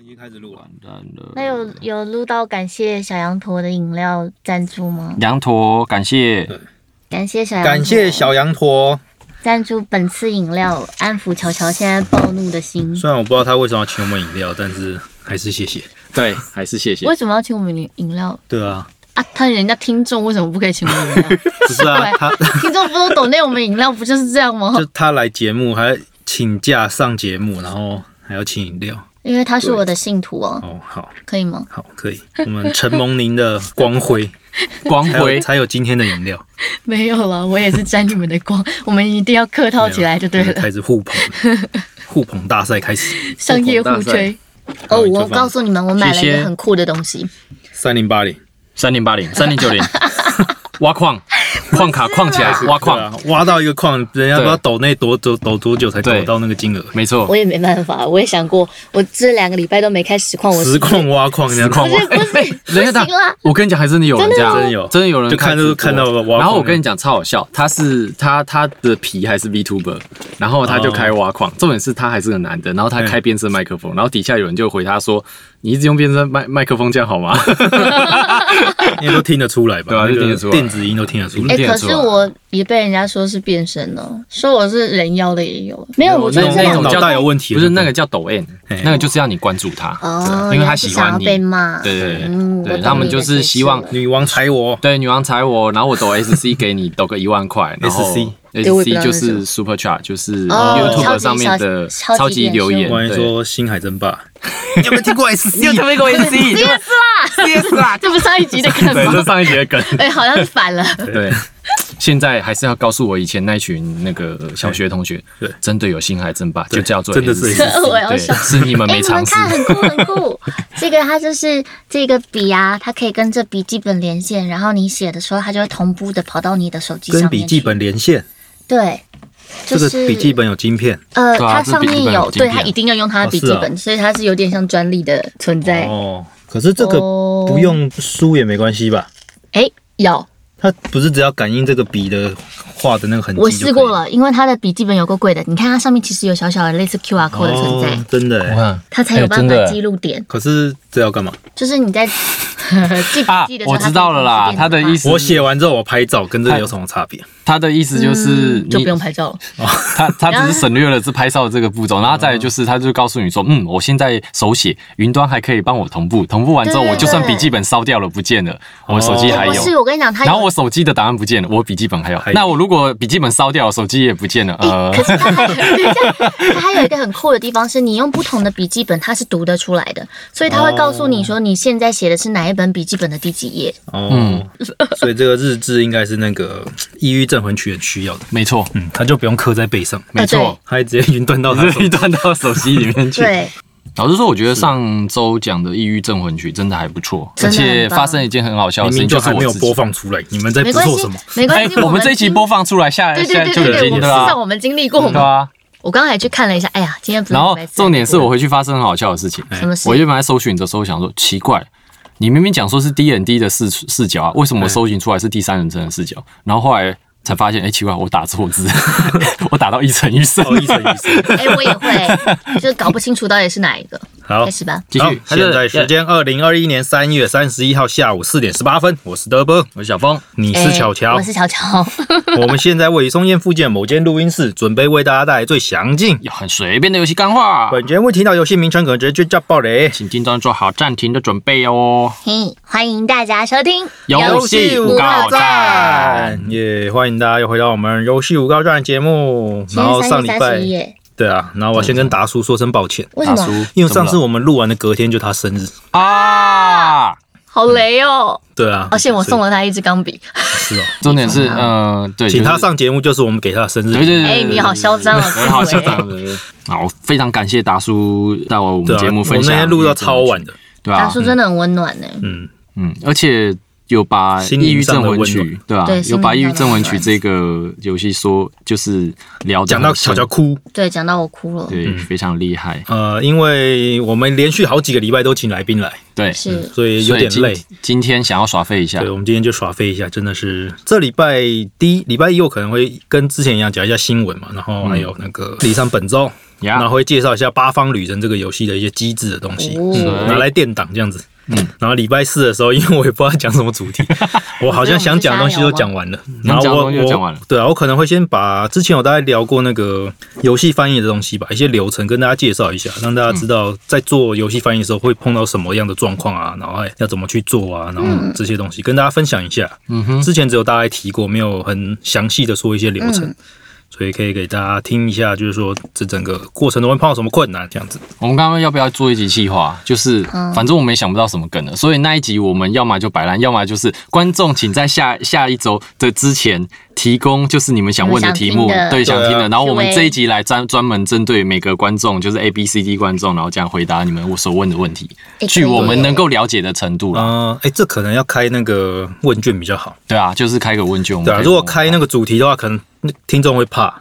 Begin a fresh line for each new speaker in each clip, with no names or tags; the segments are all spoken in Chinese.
已经开始录了。
那有有录到感谢小羊驼的饮料赞助吗？
羊驼，感谢
感谢小羊，
感谢小羊驼。
赞助本次饮料，安抚乔乔现在暴怒的心。
虽然我不知道他为什么要请我们饮料，但是还是谢谢。
对，还是谢谢
为。什么要请我们饮饮料
对啊，
啊？他人家听众为什么不可以请我们饮 料？
不是啊，他
听众不都懂那我们饮料不就是这样吗
就？他来节目还请假上节目，然后还要请饮料。
因为他是我的信徒哦，
哦，好
可以吗？
好，可以。我们承蒙您的光辉，
光
才有
辉，
才有今天的饮料。
没有了，我也是沾你们的 光，我们一定要客套起来就对
没有啊
了，
开始互 捧，互捧大赛开始。
商业互吹。哦，
好你就
我
放
告诉你们，我买了一
谢
个
谢
很酷的东西，
三零八零，
三零八零，三零九零，挖矿，矿卡矿起来，
对
挖矿，
啊挖到一个矿，人家不知道
对
抖内多抖抖多久才抖
对
到那个金额。
没错
我，也没办法，我也想过，我这两个礼拜都没开实况，我
实况挖矿，人家
实况
不是 不是
人家
不行啦
大，我跟你讲，还真的有人这样，
真的有
真的有人
就看
直播
就看到了挖矿
然后我跟你讲，超好笑，他是他他的皮还是 VTuber，然后他就开挖
哦
矿，重点是他还是个男的，然后
嗯
他开变声麦克风，然后底下有人就回他说：“你一直用变声麦麦克风这样好吗
应该都听得出来吧？
对啊
那个
就听得出来
电子音都听得出来
哎、
练
可
出
是
来
我也被人家说是变身了，说我是人妖的也有，没有，我觉
那
得
种
这
那
两
种
个
叫
脑袋有问题的
不是那个叫抖 M，
嘿
那个就是要你关注他，
哦，
因为
原
他
来是
喜
想要
欢你
被骂，
对对对
嗯，我
对
懂
他们
你的
就是
解
希
释
望
了
女王踩我，
对，女王踩我，然后我抖 SC 给你，抖个一万 块，然后
SC
对我也不知道那
SC 就是
什么
是 Super Chat，就是
哦
YouTube 上面的
超级小
超级留言，
我还
对。
说星海争霸，你有没有听过 S？
你有特别过 SC 对吧
CS 啦， 这不上一集的梗
对，这
吗？
上一节的梗。
哎、好像是反了，
对，现在还是要告诉我以前那群那个小学同学
对，
真的有星海争霸，就叫做
真的是
SC
我要
对，
笑
是你们
哎、
呃没
你们
尝试。
看，很酷很酷。 这个它就是这个笔啊，它可以跟这笔记本连线，然后你写的时候，它就会同步的跑到你的手机上
跟
面
笔记
去
本连线，
对，就
这
是
个笔记本有晶片
呃，
对啊
它
这
上
笔记
面
本
有，
有
对，
经
它
典
一定要用它的
哦
笔
是
记
啊
本，所以它是有点像专利的存在。
哦。可是这个
哦
不用书也没关系吧？
哎，有，
它不是只要感应这个笔的画的那个痕迹，
我试过，了，因为它的笔记本有够贵的，你看它上面其实有小小的类似 QR code 的存在
哦，，真的
我
欸。
看
它才有
哎
办
真的
法
欸
记录点，
可是这要干嘛？
就是你在 记笔
啊
记的时候，
我知道了啦，他的意
思
思，
我写完之后我拍照，跟这个有什么差别？
他的意思就是
嗯就不
你
用拍照了。
他他只是省略了这拍照的这个步
哦
骤，然后再来就是他就告诉你说，嗯，我现在手写，云端还可以帮我同步，同步完之后，
对
我就算
对
笔记本烧掉了不见了，我手机还
不
有。
哦是，我跟你讲，它
然后
有
我。手机的档案不见了，我笔记本还有
还。有
那我如果笔记本烧掉了，手机也不见了，呃
哎可，是它还有，等一下它还有一个 很酷的地方是，你用不同的笔记本，它是读得出来的，所以它会告诉你说你现在写的是哪一本笔记本的第几页。
哦，所以这个日志应该是那个抑郁症魂曲很需要的，
没错，
嗯，它就不用刻在背上，
没
啊
错，
它直接云端到
我
它手机
是 一段到手机里面去。
对，
老实说，我觉得上周讲的《抑郁症魂曲》真的还不错，
真
而
的很棒
且发生一件很好笑的
明
事
明
情，
就
就是
还没
我
有
自己
播。放出来，你们在不
没关
做
系
什么？，
没关
哎
系。，
我们这一期播
放，
放出来，下
对对
现在
对
就
对
已
对，我
经
们
对
事实上
吧？
我们经历过
对
嘛。
啊。
我刚刚还去看了一下，哎呀，今天不是
然后
礼拜四
重点是我回去发生很好笑的事情，
什么事？
我原本在搜寻的时候想说，奇怪，你明明讲说是 D N D 的视视角啊，为什么我搜寻出来是第三人称的视角？然后后来才发现，哎、奇怪，我打错字， 我打到一层一层。
哦，一层一层。
哎、我也会，就是搞不清楚到底是哪一 个。
好
开，始吧。
继
好
续，
现在时间二零二一年三月三十一号下午四点十八分，我是德波，
我是小峰，
你是巧
哎
巧
我。是巧 巧。
我们现在位于松烟附近的某间录音室，准备为大家带来最详尽。
有很随便的游戏干
啊
话，
本节目提到游戏名称，可能直接就叫暴雷。
请听众做好暂停的准备哦。
嘿，欢迎大家收听。
游戏五高站，
耶！欢迎大家又回到我们游戏五高站的节目。
今
然后
天
上
三
礼
月三
拜
十一，耶，
对啊，然后我先跟达叔说声抱歉，
为什
大叔
么？，
因为上次
怎么
我们录完的隔天就他生日。
了啊，
好雷哦！
对啊，
而且我送了他一支钢笔。
是哦，
重点是，呃，对，
请他
就是。
上节目就是我们给他的生日
对对
礼物。
对，
哎、
对
你好嚣张啊！
我好嚣
思维。
张的。 好，非常感谢达叔到我
对
们
啊，
节目
我
分
们
享，
那天录到超晚，的，
对
大
啊，
叔真的很温暖呢。
嗯，
嗯，而且有把《
心
抑
灵
郁
上
症
的
魂
温
曲》对吧、
对
有把《抑郁症魂曲
心》
这个游戏说，就是聊得
讲到
很
小嗯
深
乔，哭，
对，讲到我哭了。
对，非常厉害，
呃，因为我们连续好几个礼拜都请来宾来，
对，
是，
所以有
所以
点
今
累。
今天想要耍废一下
对，，我们今天就耍飞一下，真的是这礼拜第一礼拜一，我可能会跟之前一样讲一下新闻嘛，然后还有那个理上本周，
呀
然后会介绍一下《八方旅人》这个游戏的一些机制的东西，嗯
哦
拿来垫档这样子。嗯，然后礼拜四的时候，因为我也不知道讲什么主题，我好像想讲的东西都讲完了，然
能
后
讲的
我
东西都讲完
我
了
对啊，我可能会先把之前有大概聊过那个游戏翻译的东西吧，一些流程跟大家介绍一下，让大家知道在做游戏翻译的时候会碰到什么样的状况
嗯
啊，然后还要怎么去做啊，然后这些东西跟大家分享一下。嗯哼，之前只有大概提过，没有很详细的说一些流程。
嗯
所以可以给大家听一下，就是说这整个过程中会碰到什么困难这样子。
我们刚刚要不要做一集企划？就是
嗯
反正我们也想不到什么梗了，所以那一集我们要么就摆烂，要么就是观众请在下下一周的之前提供就是你们想问的题目，
你们想听的
对，想听
对
的。
啊
然后我们
Q&A
这一集来专专门针对每个观众，就是 A、B、C、D 观众，然后这样回答你们我所问的问题，
诶
据
可以
我们
耶
能够了解的程度了。
啊，哎，这可能要开那个问卷比较好。
对啊，就是开个问卷。我们
对啊，
可以
如果
问
开那个主题的话，可能听众会 怕，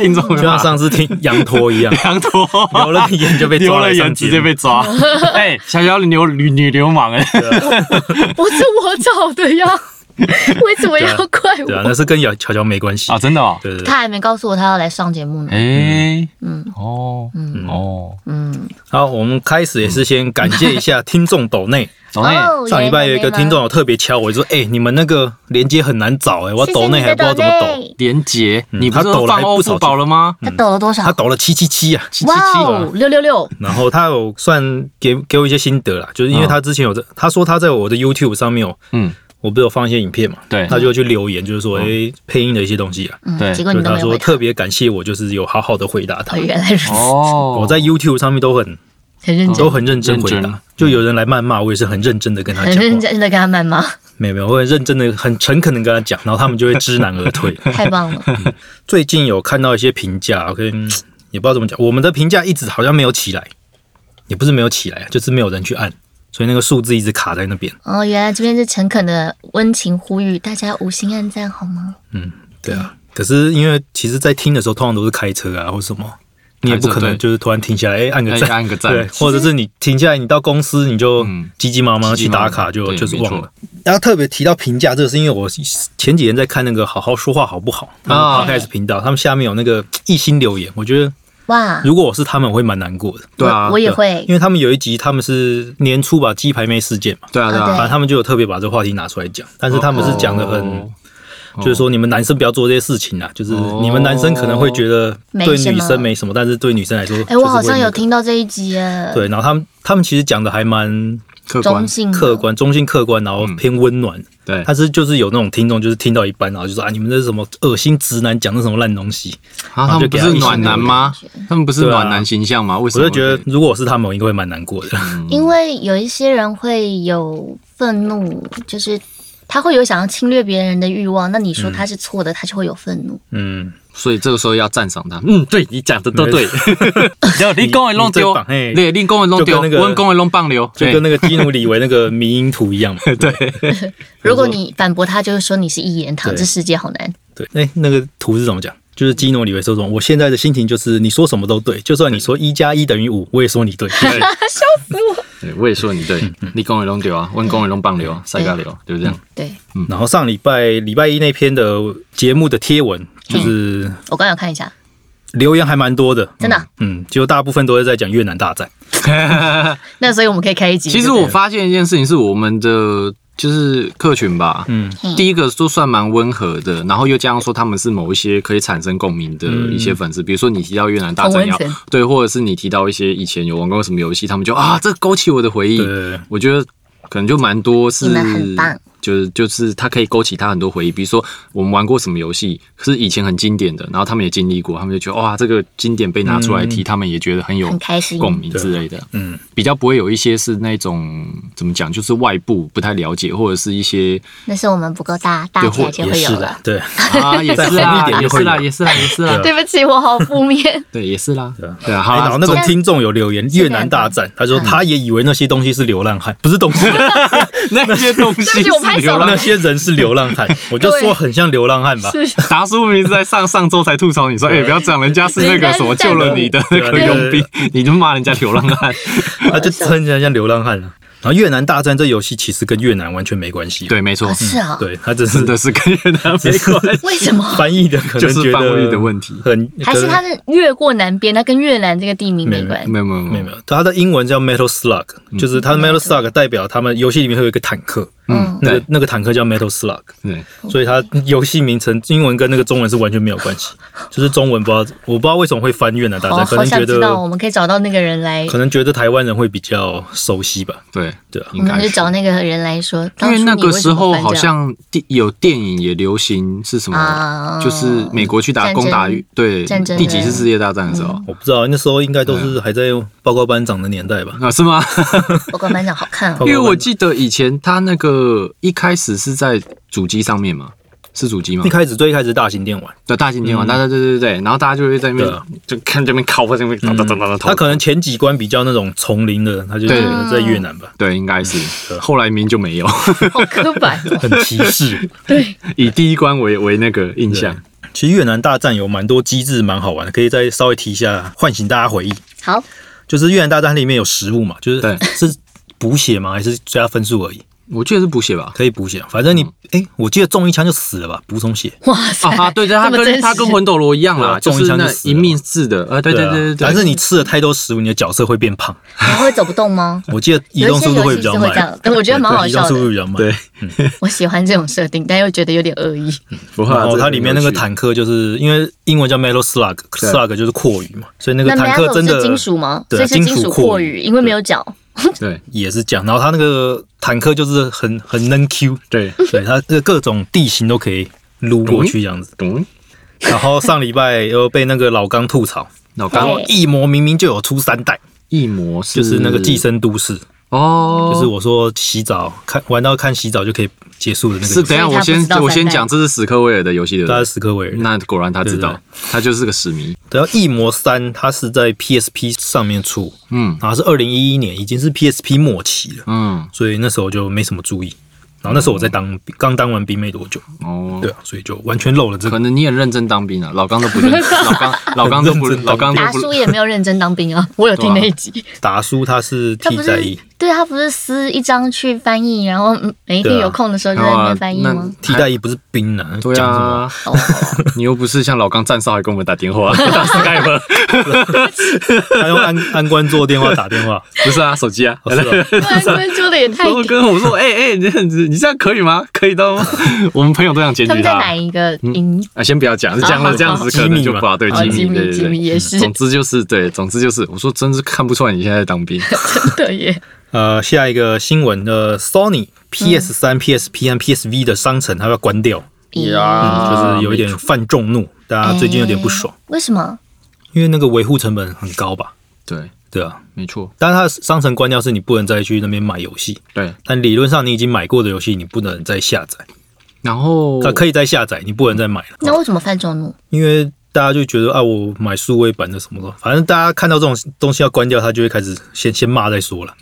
听众会
就像
怕，
上次听羊驼一样
羊 驼
留了个眼就 被
留
抓
了
来
言
上
直
节
接
目
被抓， 哎，小小流女女流氓哎，
不是我找的 呀，为什么要怪我？
对啊，那是跟小乔乔没关系
啊，。真的哦，
对对对，
他还没告诉我他要来上节目呢。
哎，
嗯
哦，
嗯
哦，
嗯，
好，我们开始也是先感谢一下听众抖内。
懂内
哦
上礼拜有一个听，众有特别敲我，就说：“哎，你们那个连接很难找，哎，我抖内还不知道怎么抖。
抖。
连杰，
嗯
你不是
他抖
都
了
放
还
欧
不少
付宝了吗？
他抖了多”少
他？抖了七七七啊，
七七
哇
七
哦，六六六！
然后他有 算给给我一些心得啦，就是因
啊
为他之前有在，他说他在我的 YouTube 上面有，
嗯，
我不是有放一些影片嘛，
对
他就去留言，就是说：“
嗯
哎，配音的一些东西啊。”
嗯
对
结果
就
你
是他
都没有
说
回答。
特别感谢我，就是有好好的回答他
哦，。原来如此，
哦
我在 YouTube 上面都很
很认真
都，很认真回
认真
答，就有人来谩骂，我也是很认真的跟他
很
讲
认
话，
真的跟他谩骂，
没有没有，我很认真的、很诚恳的跟他讲，然后他们就会知难而 退。
太棒了。
最近有看到一些评价，OK，嗯也不知道怎么讲，我们的评价一直好像没有起来，也不是没有起来，就是没有人去按，所以那个数字一直卡在那边。
哦，原来这边是诚恳的温情呼吁，大家五星按赞好吗？
对
嗯
啊，可是因为其实，在听的时候通常都是开车啊或什么，你也不可
开车
能
对
就是突然停下来，哎、按个
哎
赞，
按个赞
对，或者是你停下来，你到公司你就
嗯
急急忙忙
急急
去
忙忙
打卡就，
对
就是
没错
忘了。然后特别提到评价，这个是因为我前几天在看那个《好好说话好不好》
啊
啊，开始频道，他们下面有那个一心留言，我觉得
哇，
如果我是他们，我会蛮难过的。
对啊
我，也
对
会
因，为他们有一集他们是年初吧鸡排妹事件嘛，
对啊，对
啊
啊
反
对，
正他们就有特别把这个话题拿出来讲，但是他们是讲的很。
哦
就是说你们男生不要做这些事情啊，就是你们男生可能会觉得
哦没
对
什
女
么
生没什么，但是对女生来说，
哎，我好像有
就是会
听到这一集耶
那个。，对，然后他们他们其实讲的还蛮
客观
中，性的
客，观、中性、客观，然后偏温暖。
对，
但是就是有那种听众就是听到一半，然后就说啊，你们这是什么恶心直男讲的什么烂东西，
啊，他们不是暖男吗？他们不是
对啊
暖男形象吗？为什
我
么
就
会？
觉得如果我是他们，我应该会蛮难过的。
因为有一些人会有愤怒，就是他会有想要侵略别人的欲望。那你说他是错的，他就会有愤怒。
嗯，
所以这个时候要赞赏他。嗯，对你讲的都对， 你讲的 弄
你最
丢
棒，嘿
对，你讲的弄丢，
就跟那个
我讲的弄棒流，
就跟那个基努里维那个迷因图一样嘛。
如果你反驳他，就会说你是一言堂，
对
这世界好难。
对，哎、那个图是怎么讲？就是基努里维说什么？我现在的心情就是你说什么都对，就算你说一加一等于五，我也说你对。
对对，我也说你对，你讲的弄丢啊，我讲的弄 棒流，塞嘎流，啊就这样。
对
嗯
然后上礼拜礼拜一那篇的节目的贴文，就是
我刚有看一下，
留言还蛮多的，
嗯真的啊
嗯，就大部分都是在讲越南大战。
那所以我们可以开一集。
其实我发现一件事情是，我们的就是客群吧，
嗯
嗯
第一个都算蛮温和的，然后又加上说他们是某一些可以产生共鸣的
嗯
一些粉丝，比如说你提到越南大战
同
要
温层
对，或者是你提到一些以前有玩过什么游戏，他们就啊，这勾起我的回
嗯
忆
对。对对
我觉得可能就蛮多是，
你们很棒
就是就是他可以勾起他很多回忆，比如说我们玩过什么游戏是以前很经典的，然后他们也经历过，他们就觉得哇，这个经典被拿出来提，他们也觉得很有
嗯很开心
共鸣之类的。
嗯，
比较不会有一些是那种怎么讲，就是外部不太了解，或者是一 些
那是我们不够大，大起来就
也
会有
是
了
的。，对，
啊，也
再
是
红一
啦，
点
也
就是会有
啦，也是啦，也是啦，。
对不起，我好负面
对，也是啦，
啊
对啊，好
哎然
啦
后，那
总
个听众有留言
这
越南大战，他说他也以为那些东西是流浪汉，不是东西，
那些东西
对不起我拍
是
手
流
了
浪
那。些人是流浪汉，我就说很像流浪汉吧。
达叔明明是在上上周才吐槽你说，哎，不要这样，人家是那个什么救了你的那个佣兵，你就骂人家流浪汉。
啊他就真的像流浪汉了。啊然后越南大战这游戏其实跟越南完全没关系，
对，没错
啊，是 啊，
对，它只
真
是
的是跟越南没关系，
为 什么？
翻译的可能
就是
觉得
翻译的问题
很
还是它是越过南边，它跟越南这个地名没
没
关系。
没有没有
没有没有，它的英文叫 Metal Slug，就是
嗯
它的 Metal Slug 代表他们游戏里面会有一个坦克，
嗯，
那
对
个那个坦克叫 Metal Slug，
对，
所以它游戏名称英文跟那个中文是完全没有关 系，就是中文不知道我不知道为什么会翻越南大
好
战，可
哦好
能觉
想知道，我
得
们可以找到那个人来，
可能觉得台湾人会比较熟悉吧，
对，
对啊，
我
应
们
该
就是找那个人来说。
因
当初
为
你
那个
为
时
什么
候
翻这
好
样
像电有电影也流行是什么，
啊，
就是美国去打
战
攻打
争
越对
战争
第
的
几次世界大战的时候
我不知道那时候应该都是还在报告班长的年代
嗯
吧，
啊是吗？
报告班长好看 哦
报告班长
嗯因为我记得以前他那个一开始是在主机上面嘛，是主机嘛
一，开始最一开始是大型电玩，
对大型电玩，
嗯
大家对对对对，然后大家就会在那
对啊嗯
边就看这边靠，在那边哒哒哒哒哒，
他可能前几关比较那种丛林的，他就觉
嗯
得在越南吧，
对应该
对
是，后来明就没有，
好刻板哦。
很歧视。
以第一关为为那个印象，
其实越南大战有蛮多机制，蛮好玩的，可以再稍微提一下，唤醒大家回忆。
好，
就是越南大战里面有食物嘛，就是
对
是补血吗？还是加分数而已？
我记得是补 血吧。
可以补血，反正你哎、我记得中一枪就死了吧，补充血。
哇塞，
啊，对对，他
这么真
跟
实
他跟魂斗罗一样啦，
对
就
中一
是
枪就
那
死了
一命制的，呃，对对对对对，
但啊是你吃了太多食物，你的角色会变 胖。
然后会走不动吗？
我记得移
有一
动
些
速度
游
会
戏
比
是
较
会这
慢
样，，但我觉得蛮好
对移动
笑
速度
的。
比较慢。
对，
我喜欢这种设定，但又觉得有点恶意。
不啊
然后
这
哦它里面那个坦克就是因为英文叫 Metal Slug，Slug 就是阔鱼嘛，所以那个
那
坦
metal
克真的
是金属吗？
对啊
所以是
金属
属
阔
阔
鱼
鱼，因为没有脚。
对
也是这样。然后它那个坦克就是很很能 Q，
对，
对它这各种地形都可以撸过去这样子。
懂
然后上礼拜又被那个老刚吐槽，
老
然后
对
刚
一模明明就有出三代，
一模是
就是那个寄生都市，
哦，
就是我说洗澡看玩到看洗澡就可以结束的那个
是
游戏，
等一下我
所以他不
先
知道
我先
三代
讲，这是史克威尔的游戏对不
大家
对？
史克威尔。
那果然他知
对
道，他就是个史迷。
然后《异魔三》它是在 PSP 上面出，
嗯
然后是二零一一年，已经是 PSP 末期了，
嗯
所以那时候就没什么注意。然后那时候我在当兵刚当完兵没多久，
哦
对，啊，所以就完全漏了这个
可。能你也认真当兵啊，老刚都不认，老刚老刚都不
很认真
老刚都
达
不
叔也没有认真当 兵啊，我有听那一集，
达叔他是
他
替
不
代
是
役，
对他不是撕一张去翻译，然后嗯每一天
对啊
有空的时候就在那
啊
边翻译
那
吗？
替代役不是兵啊，讲
对
什么？
啊，
哦，
你又不是像老刚站哨还跟我们打电话 打 Skype，
他用 安安官做电话打电话，
不是啊，手机啊。
哦是 啊，
不然这边做的也太
然……后跟我说：“哎、哎、你这样子，你这样可以吗？可以的吗？”哦 我们朋友都想检
他
举
们在哪
他。
一个营？
啊，先不要讲，讲了这样子可能就不好，对，
哦
机
吉
密，
米，
对
吉
对
米
嗯
对。
也是，
总之就是对，总之就是，我说真是看不出来你现在在当 兵。
真 的耶。
呃，下一个新闻，呃，Sony PS 三、PSP 和 PSV 的商城它要关掉，
呀
嗯
啊
就是有一点犯众怒，大啊
嗯
家最近有点不爽，
为什么？
因为那个维护成本很高吧？
对，
对啊，
没错，
但是它的商城关掉是你不能再去那边买游戏，
对。
但理论上你已经买过的游戏你不能再下载，
然后
它可以再下载，你不能再买了。
那为什么犯众怒？
因为大家就觉得啊，我买数位版的什么的，反正大家看到这种东西要关掉，他就会开始先先骂再说了。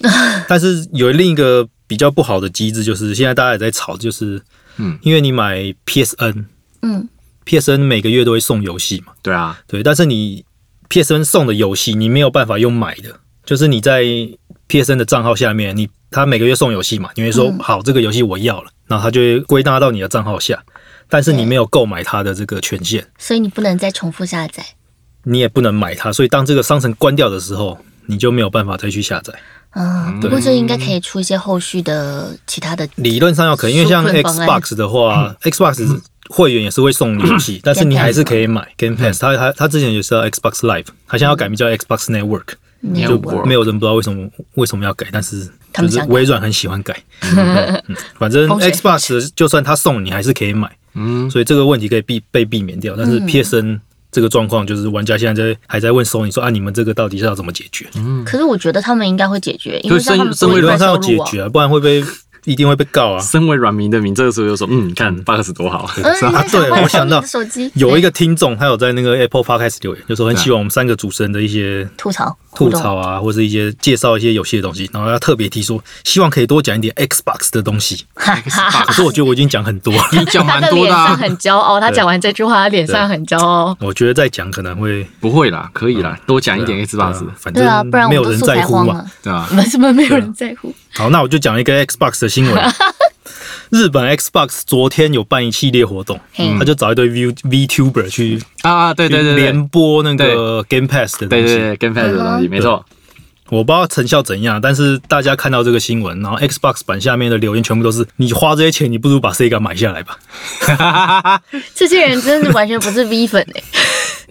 但是有另一个比较不好的机制，就是现在大家也在吵，就是
嗯，
因为你买 PSN，
嗯，
PSN 每个月都会送游戏嘛，
对啊，
对，但是你 PSN 送的游戏你没有办法用买的，就是你在 PSN 的账号下面，你他每个月送游戏嘛，你会说、好这个游戏我要了，然后他就会归纳到你的账号下，但是你
对
没有购买它的这个权限，
所以你不能再重复下载。
你也不能买它，所以当这个商城关掉的时候，你就没有办法再去下载。
嗯，不过这应该可以出一些后续的其他的。
理论上要可以，因为像
纾困方案
Xbox 的话、x
嗯
b o x 会员也是会送你游
嗯
戏，但是你还是可以买 Game Pass
嗯
它。它它之前也是叫 Xbox Live，它现在要改名叫 Xbox Network，
那
就
个
Network
没有人不知道为什么为什么要改，但是就
他们
是
想改
微软很喜欢改。嗯 嗯反正
风险
Xbox 就算它送你，还是可以买，
嗯，
所以这个问题可以避被避免掉。但
嗯
是 PSN 这个状况，就是玩家现在在还在问 Sony 说啊，你们这个到底是要怎么解决？
嗯
嗯可是我觉得他们应该会解决，因
就
为
是
像他们
身身为
多一
理论
块
上要
收
解
入啊。
决啊，不然会被一定会被告啊。
身为软迷的民，这个时候就说，嗯，你看 Box 多好，
嗯，你在
对
想换
我想
你的
到
手机
有一个听众，他有在那个 Apple Podcast 留言，就说很喜欢我们三个主持人的一些
吐槽
吐
互动
槽啊，或是一些介绍一些有趣的东西，然后他特别提说，希望可以多讲一点 Xbox 的东西。
哈哈哈。
可是我觉得我已经讲很多了，
你讲
他
蛮
的
多
脸
的、
上
啊，
很骄傲，他
对
讲完这句话，他脸上很骄傲。
我觉得再讲可能会
不会啦，可以啦，多讲一点
对啊
Xbox，
反
对啊，不然
正没
我们
有
都
人
素
在
材
乎啊
荒
嘛。
了，
对吧？
为什么没有人在乎？
好，那我就讲一个 Xbox 的新 闻。日本 Xbox 昨天有办一系列活动
嘿，
他就找一堆 V VTuber 去
啊，对对对
去
对
联播那个 Game Pass 的
对
东
对
西。
对，跟 Pad 的东西没错，
我不知道成效怎样，但是大家看到这个新闻，然后 Xbox 版下面的留言全部都是：你花这些钱，你不如把 Sega 买下来吧。
这些人真的完全不是 V 粉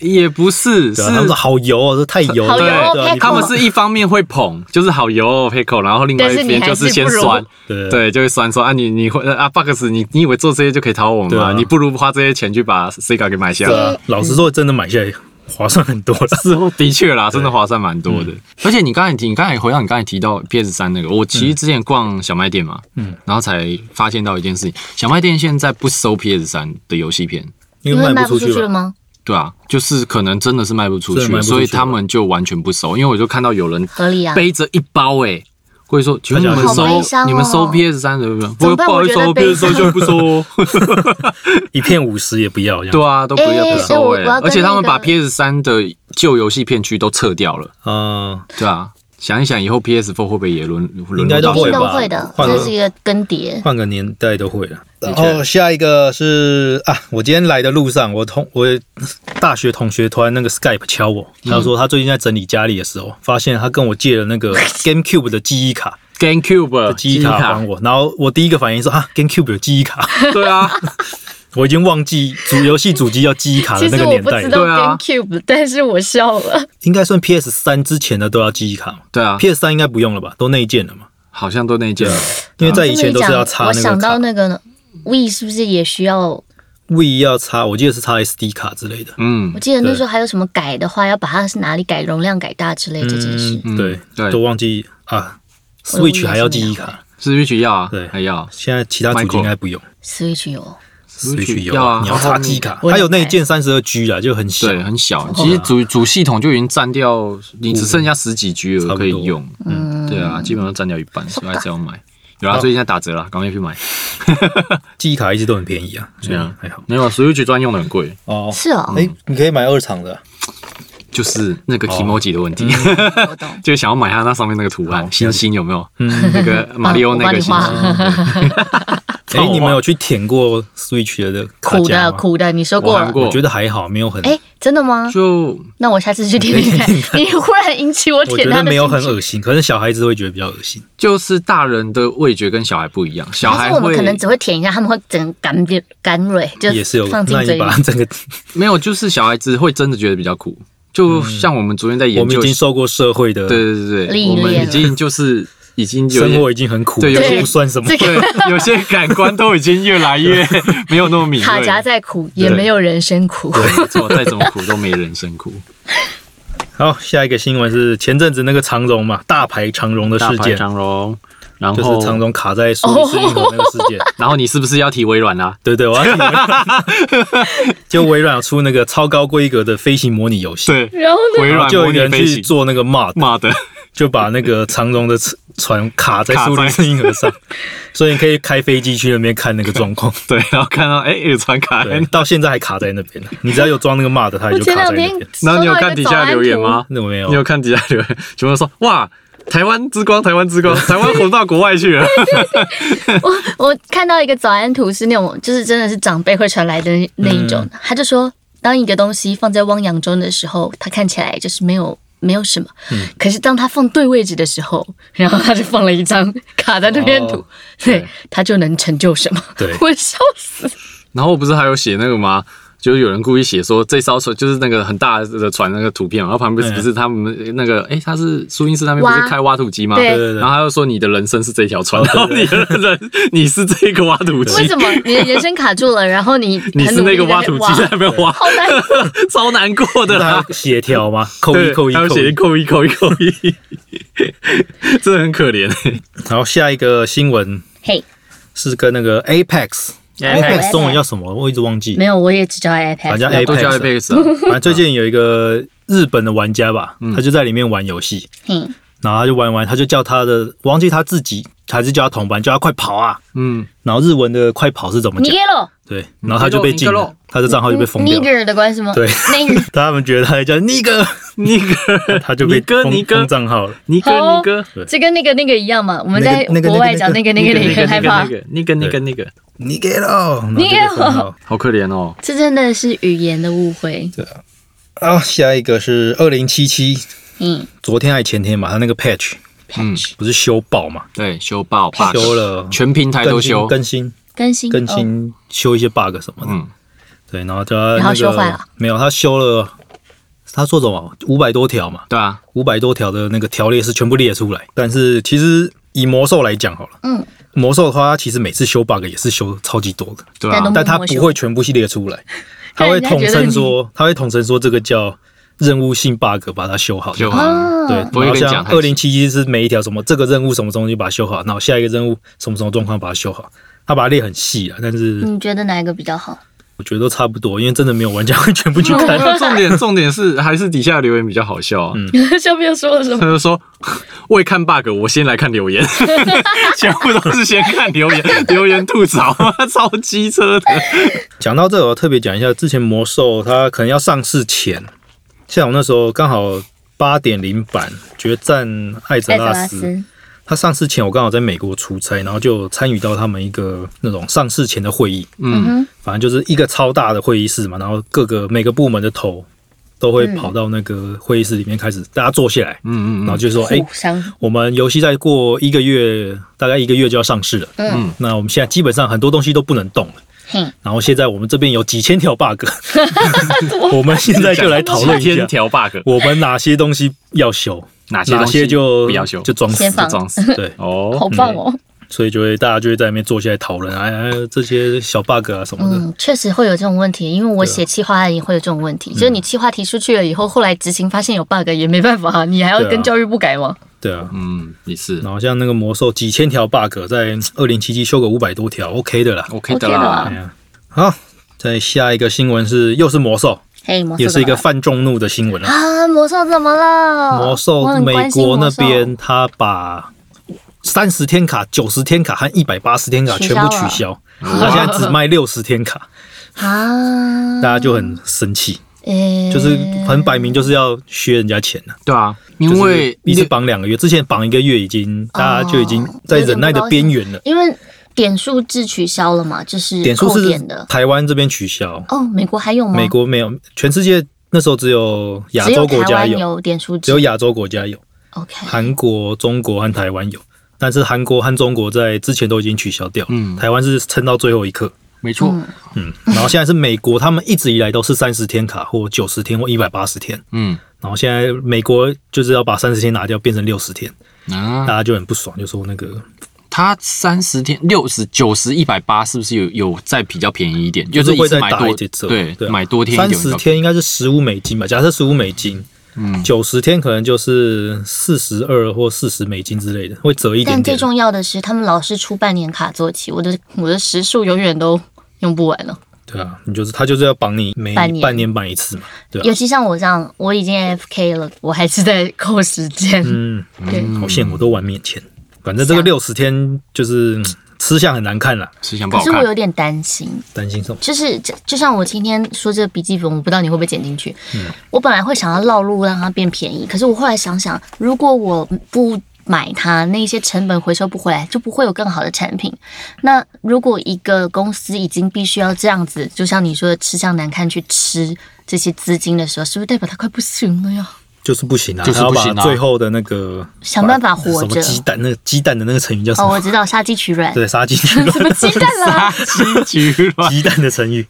哎、
也不是，是
对啊，他们说好油哦，这太油了。
好油哦
对啊，
配
你
口
不
他们是一方面会捧，就是好油哦 p i c o 然后另外一边就是先酸，
对对
对，就会酸说啊你你会啊 Box，你你以为做这些就可以讨我们
对
吗？
啊
你不如花这些钱去把 Sega 给买下
对
来。
啊，老实说，真的买下来划算很多了。
是哦， 的确啦，真的划算蛮多
嗯
的。而且你刚才提，你刚才回到你刚才提到 PS 三那个，我其实之前逛小卖店嘛，嗯，然后才发现到一件事情，小卖店现在不收 PS 三的游戏片，
因
因
为
为
卖
卖
不
不
出
出
去
去了
了。
吗？
对啊，就是可能真的是卖不出
真
去，
的卖不出去
所以他们就完全不收。因为我就看到有人
合理啊。
背着一包诶、欸，或者说，请问你们
好
收、
悲伤哦
你们收 PS 三的不？
怎么
不
办
不好意思
我觉得
哦
悲
，PS
伤
三就不 收哦。
一片五十也不要，这样
对啊，都不要
哎哎
不收
我
诶、
我要跟
而且他们把
那个
PS 三的旧游戏片区都撤掉了，
啊，
对啊。想一想，以后 PS4 会不会也沦
应
沦
该
落
都
一
到
会
定
吧
都会的，
换了
这是一个更迭。
换个年代都会了。
的
然
确
后下一个是啊，我今天来的路上，我同我大学同学突然那个 Skype 敲我，他说他最近在整理家里的时候，发现他跟我借了那个 GameCube 的记忆卡，
GameCube 啊的
记忆卡还我，然后我第一个反应说啊，GameCube 有记忆卡，
对啊，
我已经忘记主游戏主机要记忆卡的
其
那
实
个
我
年
不
代
知
了，
道
对啊
GameCube，但 是我笑了。
应该算 PS 三之前的都要记忆卡嘛
对啊，
，PS 三应该不用了吧，都内建了嘛，
好像都那件
啊
了。
因为在以前都是要插
啊我
那个
想
卡
到那个呢，We 是不是也需要？
，V 要插，我记得是插 SD 卡之类的。
嗯
我，记得那
对
时候还有什么改的话，要把它是哪里改容量改大之类这件事。
嗯、对
对
都忘记啊
我也
，Switch 还要记忆卡，
是 Switch 要啊
对，
还要
现在其他主机
Micro
应该不用
Switch 有，
，Switch 有
要啊
你要插记忆卡，
我
它有内建三十二 G 啦，就很小。嗯
对，很小。其实主主系统就已经占掉，你只剩下十几 G
差不多
了可以用。
嗯，
对啊，基本上占掉一半，所以还是要买。有
好
啊，最近在打折啦，赶快去买。
记忆卡一直都很便宜啊，
对啊
还好。
没有，Switch 专用的很贵，
哦，
是哦，
哎，你可以买二厂的，啊
就是那
哦
个 emoji 的问题，
嗯哎
我懂。
就想要买它那上面那个图案，星星有没有？
嗯，
那个马里奥那个星
我帮你
星，
哎，你们有去舔过 Switch 的卡
苦
夹
的
吗？
苦的，你说
我
过
玩
了。
过
我觉得还好，没有很，
哎，真的吗？
就
那我下次去舔舔看。 你忽然引起我
我
舔
觉
他
得
的
没有
兴
很
趣，
恶心，可能小孩子会觉得比较恶心。
就是大人的味觉跟小孩不一样，小
还
孩
是我们
会
可能只会舔一下，他们会整干瘪干蕊，就
也是有，
放进
那
嘴
你
里
把。它整个，
没有，就是小孩子会真的觉得比较苦。就像嗯我们昨天在
我
研
们已
究，
经受过社会的
对对对
历
对，我们
练
已
了
经就是已经有
生
点
活已经很苦，
对有
这
些
不算什么
这。个
对， 有些感官都已经越来 越没有那么敏锐。
卡夹再苦，也没有人生苦。
对，没错，再怎么苦都没人生苦。
好，下一个新闻是前阵子那个长荣嘛，大牌长荣的
大
事
牌
件，
长荣，然
就
后
是长荣卡在苏伊士运河那个事件。
然后你是不是要提微软啊啦、
对对，我要提微软就微软有出那个超高规格的飞行模拟游戏，
对，
然后呢？
微
然后
软
就
模
有
拟
人
飞
去
行，
做那个 mod，
妈的，
就把那个长荣的船卡在苏伊士运河上，所以你可以开飞机去那边看那个状 况。
对，然后看到哎，有传卡，
对，到现在还卡在那边呢。你只要有装那个 mod，它
我
也就
前
卡在
两
那
天
边。
收
然
到
后你
一
有
个
看底下留言吗？
那我没有
你，有看底下留言， 全部说哇，台湾之光，台湾 之光，台湾红到国外去了。
早安图？我 我看到一个早安图是那种，就是真的是长辈会传来的那一种。
嗯
他就说，当一个东西放在汪洋中的时候，它看起来就是没有。没有什么，
嗯
可是当他放对位置的时候，然后他就放了一张 卡在那边的图，
哦
对
对
他就能成就什么。
对
我笑死。
然后不是还有写那个吗？就是有人故意写说这艘船就是那个很大的船那个图片嘛，然后旁边
嗯
不是他们那个哎、他是苏伊士那边不
挖
是开挖土机吗？
对
对对对
然后他又说你的人生是这条船，
哦
然后你的人你是这个挖土
为
机，
什么 你的人生卡住了？然后你
你
很
是
努
那
力
个
地在
挖土
挖
机在那边挖，
好 难过
超难过的
那
啦
它。协调吗？扣一
对
扣一
还有
扣一
写。扣一扣一扣一，真的很可怜、
然后下一个新闻
嘿，
是跟那个 Apex。
Apex
Apex 中文叫什么？我一直忘记
没。有，我也只叫 iPad。
反正
要多加
Apex，
Apex 啊。
反正最近有一个日本的玩家吧，
嗯
他就在里面玩游戏，
嘿，
然后他就玩一玩，他就叫他的，我忘记他自己还是叫他同伴，叫他快跑啊！
嗯，
然后日文的快跑是怎么
你
讲？
给了
对，然后他就被禁
尼克
了
洛，
他的账号就被封掉了。
nigger 的关系吗？
对
，nigger
他们觉得他叫尼 哥，
尼哥，
他就被
尼哥
封
尼哥
封账号了。
尼哥，
好
尼哥，
对
这跟那个那个一样嘛。我们
那个
在
那个
国外讲那个那
那
个
个
那个很
那
害怕，
个那个那个那个，
尼哥喽，
尼哥咯
喽。
好可怜哦。
这真的是语言的误会。
然后下一个是二零七七，
嗯，
昨天还前天吧，他那个 patch
嗯，
不是修爆嘛，
对，修爆 bug，
修了
全平台都
更新
修。
更新
更新
更
哦
新修一些 bug 什么的。
嗯，
对，然后叫他
然后
那
修坏了
个没有，他修了，他说什么五百多条嘛，
对啊，
五百多条的那个条列是全部列出来。但是其实以魔兽来讲好了，
嗯，
魔兽的话，它其实每次修 bug 也是修超级多的，
对
但
啊
都，
但它不会全部系列出 来，它会统称说，它会统称说这个叫任务性 bug，把它修好。
就
哦，
啊对，
不会
然后
跟你讲
像
太
二
细
零七七是每一条什么这个任务什么东西把它修好，然后下一个任务什么什么状况把它修好，它把它列很细啊，但是
你觉得哪一个比 较好？
我觉得都差不多，因为真的没有玩家会全部去 看。
啊重点重点是还是底下留言比较好笑啊。
嗯
下面又说了什
他
么？
就说：“ 未看 bug，我先来看 留言，全部都是先看留言， 留言吐槽，超机车的。
讲到这，我要特别讲一下，之前魔兽它可能要上市前，像我那时候刚好八点零版决战艾泽
艾泽
拉
拉
斯，
斯，
它上市前我刚好在美国出差，然后就参与到他们一个那种上市前的会议，
嗯哼，
反正就是一个超大的会议室嘛，然后各个每个部门的头都会跑到那个会议室里面开始，大家坐下来，
嗯
然后就说，哎、
互相
我们游戏再过一个月，大概一个月就要上市了。
嗯，
那我们现在基本上很多东西都不能动了。
嘿，
然后现在我们这边有几千条 bug，我们现在就来讨论一
天
下，
条 bug，
我们哪些东西要修，
哪些
哪
东西
些就
不要修，
就装死
先。放
装死。
对，
好
哦，
棒哦。
所以就会大家就会在那边坐下来讨论，哎，哎这些小 bug 啊什么的，
嗯，确实会有这种问题，因为我
啊
写企划案也会有这种问
嗯
题，就是你企划提出去了以后，后来执行发现有 bug 也没办法啊，你还要
对啊
跟教育部改吗？
对啊。
嗯，你是
然后像那个魔兽几千条 bug，在二零七七修个五百多条，OK 的啦。
OK 的
OK 的
啦
啦
哎。呀好，再下一个新闻是又是魔兽，
嘿，魔兽
也是一个
怎
犯众怒的新闻啊。
么了啊，魔兽怎么了？
魔
啊我
兽
很
美
关心
国那
魔兽
边，他把三十天卡、九十天卡和一百八十天卡全部取消，他现在只卖六十天卡，
啊，呃
大家就很生气，
诶
就是很摆明就是要削人家钱了、
对啊，
就
因
是
为
一次绑两个月，之前绑一个月已
哦
经大家就已经在忍耐的边缘了。
因为点数制取消了嘛，就是
点数
扣
是
点的。
台湾这边取消，
哦，美国还有吗？
美国没有，全世界那时候只有亚
只有
洲
台
国家
湾
有，
有点数制，
只有亚洲国家有。
OK。
韩国、中国和台湾有，但是韩国和中国在之前都已经取消掉，
嗯
台湾是撑到最后一刻，
没错，
嗯，然后现在是美国，他们一直以来都是三十天卡或九十天或一百八十天，
嗯
然后现在美国就是要把三十天拿掉，变成六十天，
嗯
大
啊，
家就很不爽，就说那个
它三十天、六十、九十、一百八，是不是有有再比较便宜一点？就
就是是
一
会
次
再
买
打
多
一折，
对，
啊
买多天一
三
点比
十
较
天应该是十五美金吧，假设十五美金。嗯，九十天可能就是四十二或四十美金之类的，会折一点
但最
点。
重要的是，他们老是出半年卡做起，我的我的时数永远都 用不完了。哦
对啊，你就是他就是要绑你每
半年
半年绑一次嘛，对啊
尤其像我这样，我已经 AFK 了，我还是在扣时间。
嗯，
对，
好羡我都玩免钱。反正这个
像
六十天就是嗯吃相很难看了，
吃相不
可
好
是我
看。
有点担心，
担心什么？
就是就就像我今天说这个笔记本，我不知道你会不会剪进去。我本来会想要绕路让它变便宜，可是我后来想想，如果我不买它，那些成本回收不回来，就不会有更好的产品。那如果一个公司已经必须要这样子，就像你说的吃相难看去吃这些资金的时候，是不是代表它快不行了呀？
就是不行啊，
就是
还要
不行
把
啊
最后的那个
想办法活
什么
着
鸡蛋那个鸡蛋的那个成语叫什
哦，
么？
我知道杀鸡取卵，
对，杀鸡取
什
卵，
么鸡蛋啦、
鸡取卵，
鸡蛋的成语。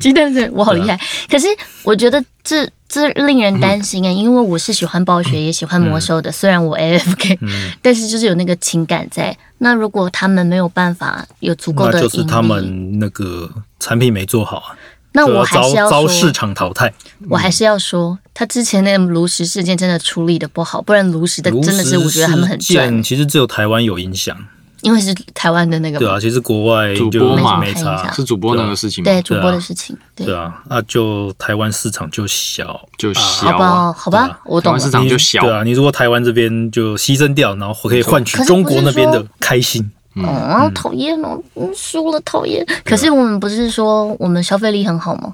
鸡蛋是我好厉害。可是我觉得这这令人担心啊、因为我是喜欢暴雪，也喜欢魔兽的，虽然我
嗯
AFK，、但是就是有那个情感在。那如果他们没有办法有足够
那
的盈利，
就是他们那个产品没做好啊，
那
就
我
要
还是要
遭遭市
说，
场淘汰。
我还是要说，他之前那个炉石事件真的处理的不好，不然炉石的
炉
真的是
石
我觉得他们很嗯
事件
赚，
其实只有台湾有影响，
因为是台湾的那个
对
嘛，
啊，其实国外就
主播嘛
没
看一
差
下，
是主播那个事情吗？
对主播
对啊
的事情，对
对，啊，那就台湾市场就小，
就
好
小啊
吧，，好
对啊
吧，我
台
懂
湾
了
市。场
你
就小
对，啊，你如果台湾这边就牺牲掉，然后可以换取
可是
中
不是
国那边的
说
开心，
哦，讨厌哦，嗯输了讨厌。
啊
可是我们不是说我们消费力很好吗？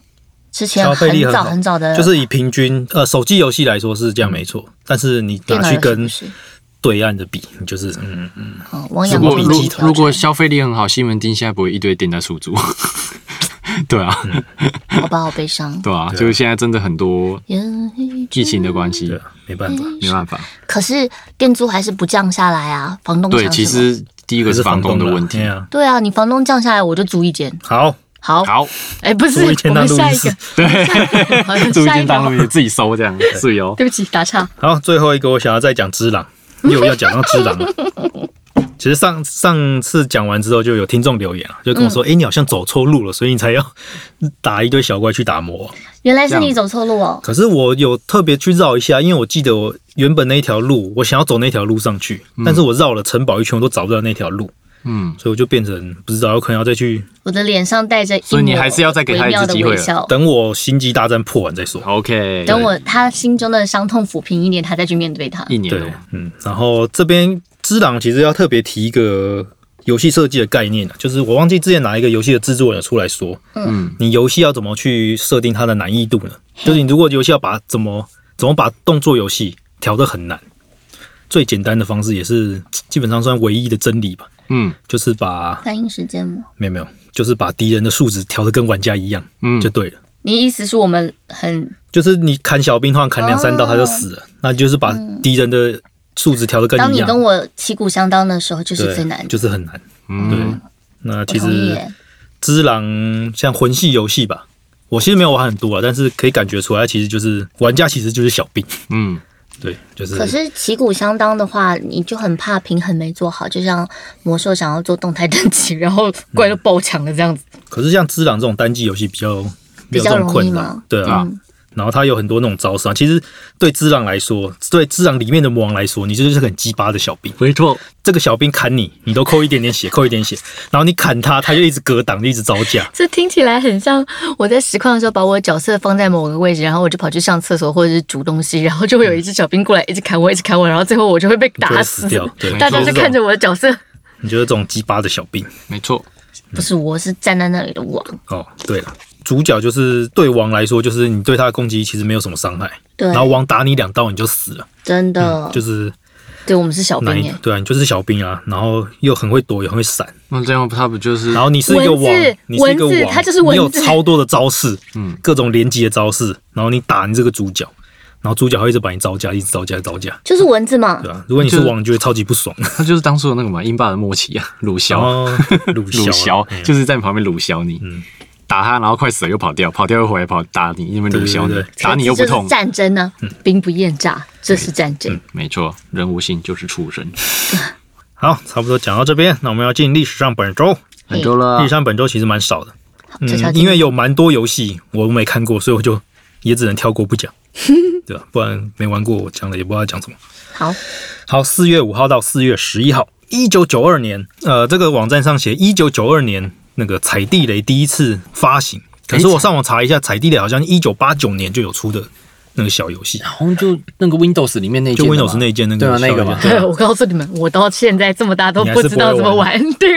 之前
消费力很
很早
好
很早的，
就是以平均呃手机游戏来说是这样
嗯
没错，但是你
电
拿去
脑游戏不
跟
是
对岸的比，你就是嗯，
哦王
如
阳
果
明
如
自己调整
如果消费力很好，西门町现在不会一堆店在出租。 对啊，
好吧，好悲伤。
对啊，就是现在真的很多疫情的关
对
系，
啊，没办法，
嗯
没办法。
可是店租还是不降下来啊，房东
对，
想
其
什么
实第一个是
是
房东的
啦
问题
对。啊，
对啊，你房东降下来，我就租一间。
好，
好，
好，
哎，不是，
租一间
我
当
们
录
下
音
一
室
个，对， 好
租一
下
间
一个
当
好，
路你自己收这样，哦自由。
对不起，打岔。
好，最后一个我想要再讲只狼，又要讲到只狼了。其实上上次讲完之后，就有听众留言啊，就跟我说：“哎、你好像走错路了，所以你才要打一堆小怪去打魔王。
原来是你走错路哦”，
可是我有特别去绕一下，因为我记得我原本那一条路，我想要走那条路上去，但是我绕了城堡一圈，我都找不到那条路，
嗯，
所以我就变成不知道，有可能要再去
我的脸上带着一抹
所以你还是要再给他一次机会
微妙的微
了
笑。
等我星际大战破完再说。
OK，
等我他心中的伤痛抚平一点，他再去面对他。
一年
对
哦，，
嗯，然后这边知朗其实要特别提一个游戏设计的概念啊，就是我忘记之前哪一个游戏的制作人有出来说，
嗯，
你游戏要怎么去设定它的难易度呢？就是你如果游戏要把怎么怎么把动作游戏调得很难，最简单的方式也是基本上算唯一的真理吧，
嗯
就是把
反应时间吗？
没有没有，就是把敌人的数值调得跟玩家一样
嗯
就，对了。
你意思是我们很
就是你砍小兵，通常砍两三
哦
刀他就死了，那就是把敌人的数值调得跟
当
你一
你
样。
跟我旗鼓相当的时候，就
对，
是最难的。
就是很难。
嗯，
那
我
其
同意
实
耶。
只狼像魂系游戏吧，我其实没有玩很多啊，但是可以感觉出来，其实就是玩家其实就是小兵，
嗯，
对，就是
可是旗鼓相当的话，你就很怕平衡没做好，就像魔兽想要做动态登级，然后怪就爆强了这样子。
可是像只狼这种单机游戏比较没
比
有这
较
种
容易
困
吗
难，对啊。
嗯
然后它有很多那种招式啊，其实对只狼来说，对只狼里面的魔王来说，你就是个很鸡巴的小兵。
没错，
这个小兵砍你，你都扣一点点血，扣一点血，然后你砍他，他就一直格挡，就一直招架。
这听起来很像我在实况的时候，把我角色放在某个位置，然后我就跑去上厕所或者是煮东西，然后就会有一只小兵过来一直砍我，一直砍我，然后最后我就会被
就
打
会
死
死掉。对，
大家
你就是
就
这种
看着我的角色，
你就是这种鸡巴的小兵
没错，
不是我是站在那里的王。
哦。对了，主角就是对王来说，就是你对他的攻击其实没有什么伤害，
对
然后王打你两刀你就死了，
真的，
就是
对我们是小兵欸
那一
耶。
对啊，你就是小兵啊，然后又很会躲，也很会闪，
那这样他不就是
然后你是一个王
蚊子，
你是一个
蚊子
王，
它就是蚊
你有
子
超多的招式，
嗯
各种连击的招式，然后你打你这个主角。然后主角会一直把你招架，一直招架，招架，
就是蚊子嘛
对，吧、如果你是
就是
王，你就会超级不爽。
他就是当初 的那个嘛，英霸的默契啊，鲁
然
枭，
后哦 鲁
鲁枭
枭，哎呀嗯
就是在你旁边鲁枭你，打他，然后快死了又跑掉，跑掉又回来跑打你，因为鲁
对对
枭你
对，
打你又不
这就
痛
是，战争呢，
嗯
兵不厌诈，这是战争。
没错，人无信就是畜生，
好，差不多讲到这边，那我们要进历史上本周。
嘿
很多了
历史，上本周其实蛮少的，
这条
嗯，
件
因为有蛮多游戏我没看过，所以我就 也只能跳过不讲， 对吧、不然没玩过，我讲了也不知道讲什么。
好，
好，四月五号到四月十一号，一九九二年，呃，这个网站上写一九九二年那个踩地雷第一次发行，可是我上网查一下，踩地雷好像一九八九年就有出的那个小游戏，
好像就那个 Windows 里面那
就
件的嘛
Windows 那一件那个
对啊
小
那个
游戏
嘛
对啊
我告诉你们，我到现在这么大都
你还
不
是
知道
不会
怎么玩
玩。啊
对，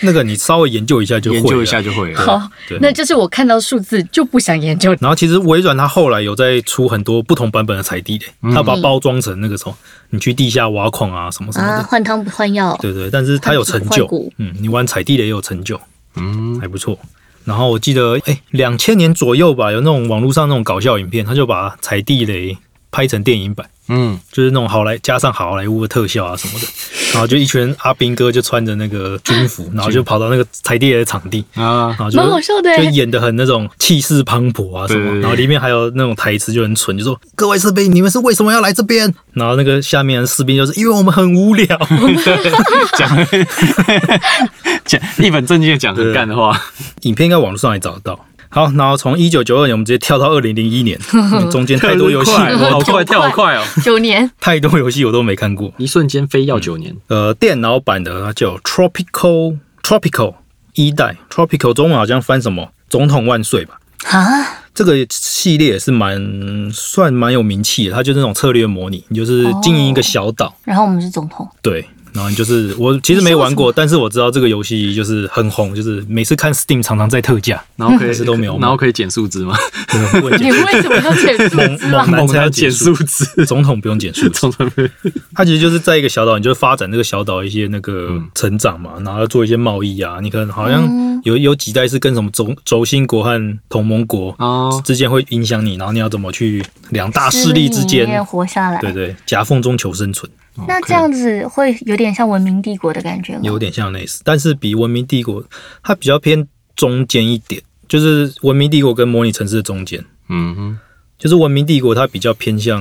那个你稍微研究一下 就会
研
了
究一下就会了，
好
对，
那就是我看到数字就不想研究。
然后其实微软它后来有在出很多不同版本的踩地雷，
嗯
它把它包装成那个什么，你去地下挖矿啊什么什么
啊，
的，
换汤不换药，
对对，但是它有成
换
就
骨，
嗯，你玩踩地雷也有成就，
嗯，
还不错。然后我记得，哎，两千年左右吧，有那种网络上那种搞笑影片，他就把踩地雷拍成电影版，
嗯，
就是那种好莱加上好莱坞的特效啊什么的，然后就一群阿兵哥就穿着那个军服，然后就跑到那个踩地雷的场地，
啊，
然后就
蛮好笑的
就
欸。
演的很那种气势磅礴啊什
对对
么，
对
然后里面还有那种台词就很蠢，就说各位士兵，你们是为什么要来这边？然后那个下面的士兵就是因为我们很无聊，
讲讲一本正经的讲很干的话，
影片应该网络上也找得到。好，然后从一九九二年我们直接跳到二零零一年，中间太多游 戏，
快
我
好
好快
快，跳好快哦！
九 年，
太多游戏我都没看过。
一瞬间飞要九年，
呃，电脑版的它叫 Tropical Tropical 一代 Tropical，中文好像翻什么“总统万岁”吧。
啊，
这个系列也是蛮算蛮有名气的，它就是那种策略模拟，你就是经营一个小岛，
然后我们是总统，
对，然后你就是我其实没玩过，但是我知道这个游戏就是很红，就是每次看 Steam 常常在特价，
然后可以
但是都没有嘛
然后可以减数值吗？
对不会
你
减
为什么要减数
猛
字啊？
哎猛男才要
减
减
数
数，
值，
总统不用减数，
从来没有
它其实就是在一个小岛，你就发展这个小岛一些那个成长嘛，然后做一些贸易啊，你可能好像
哦
有有几代是跟什么轴轴心国和同盟国
哦，
之间会影响你，然后你要怎么去两大势力之
你也
间。
活下来。
对对，夹缝中求生存。
那这样子会有点像文明帝国的感觉吗？
有点像类似，但是比《文明帝国》它比较偏中间一点，就是《文明帝国》跟《模拟城市》的中间。
嗯哼，
就是《文明帝国》它比较偏向，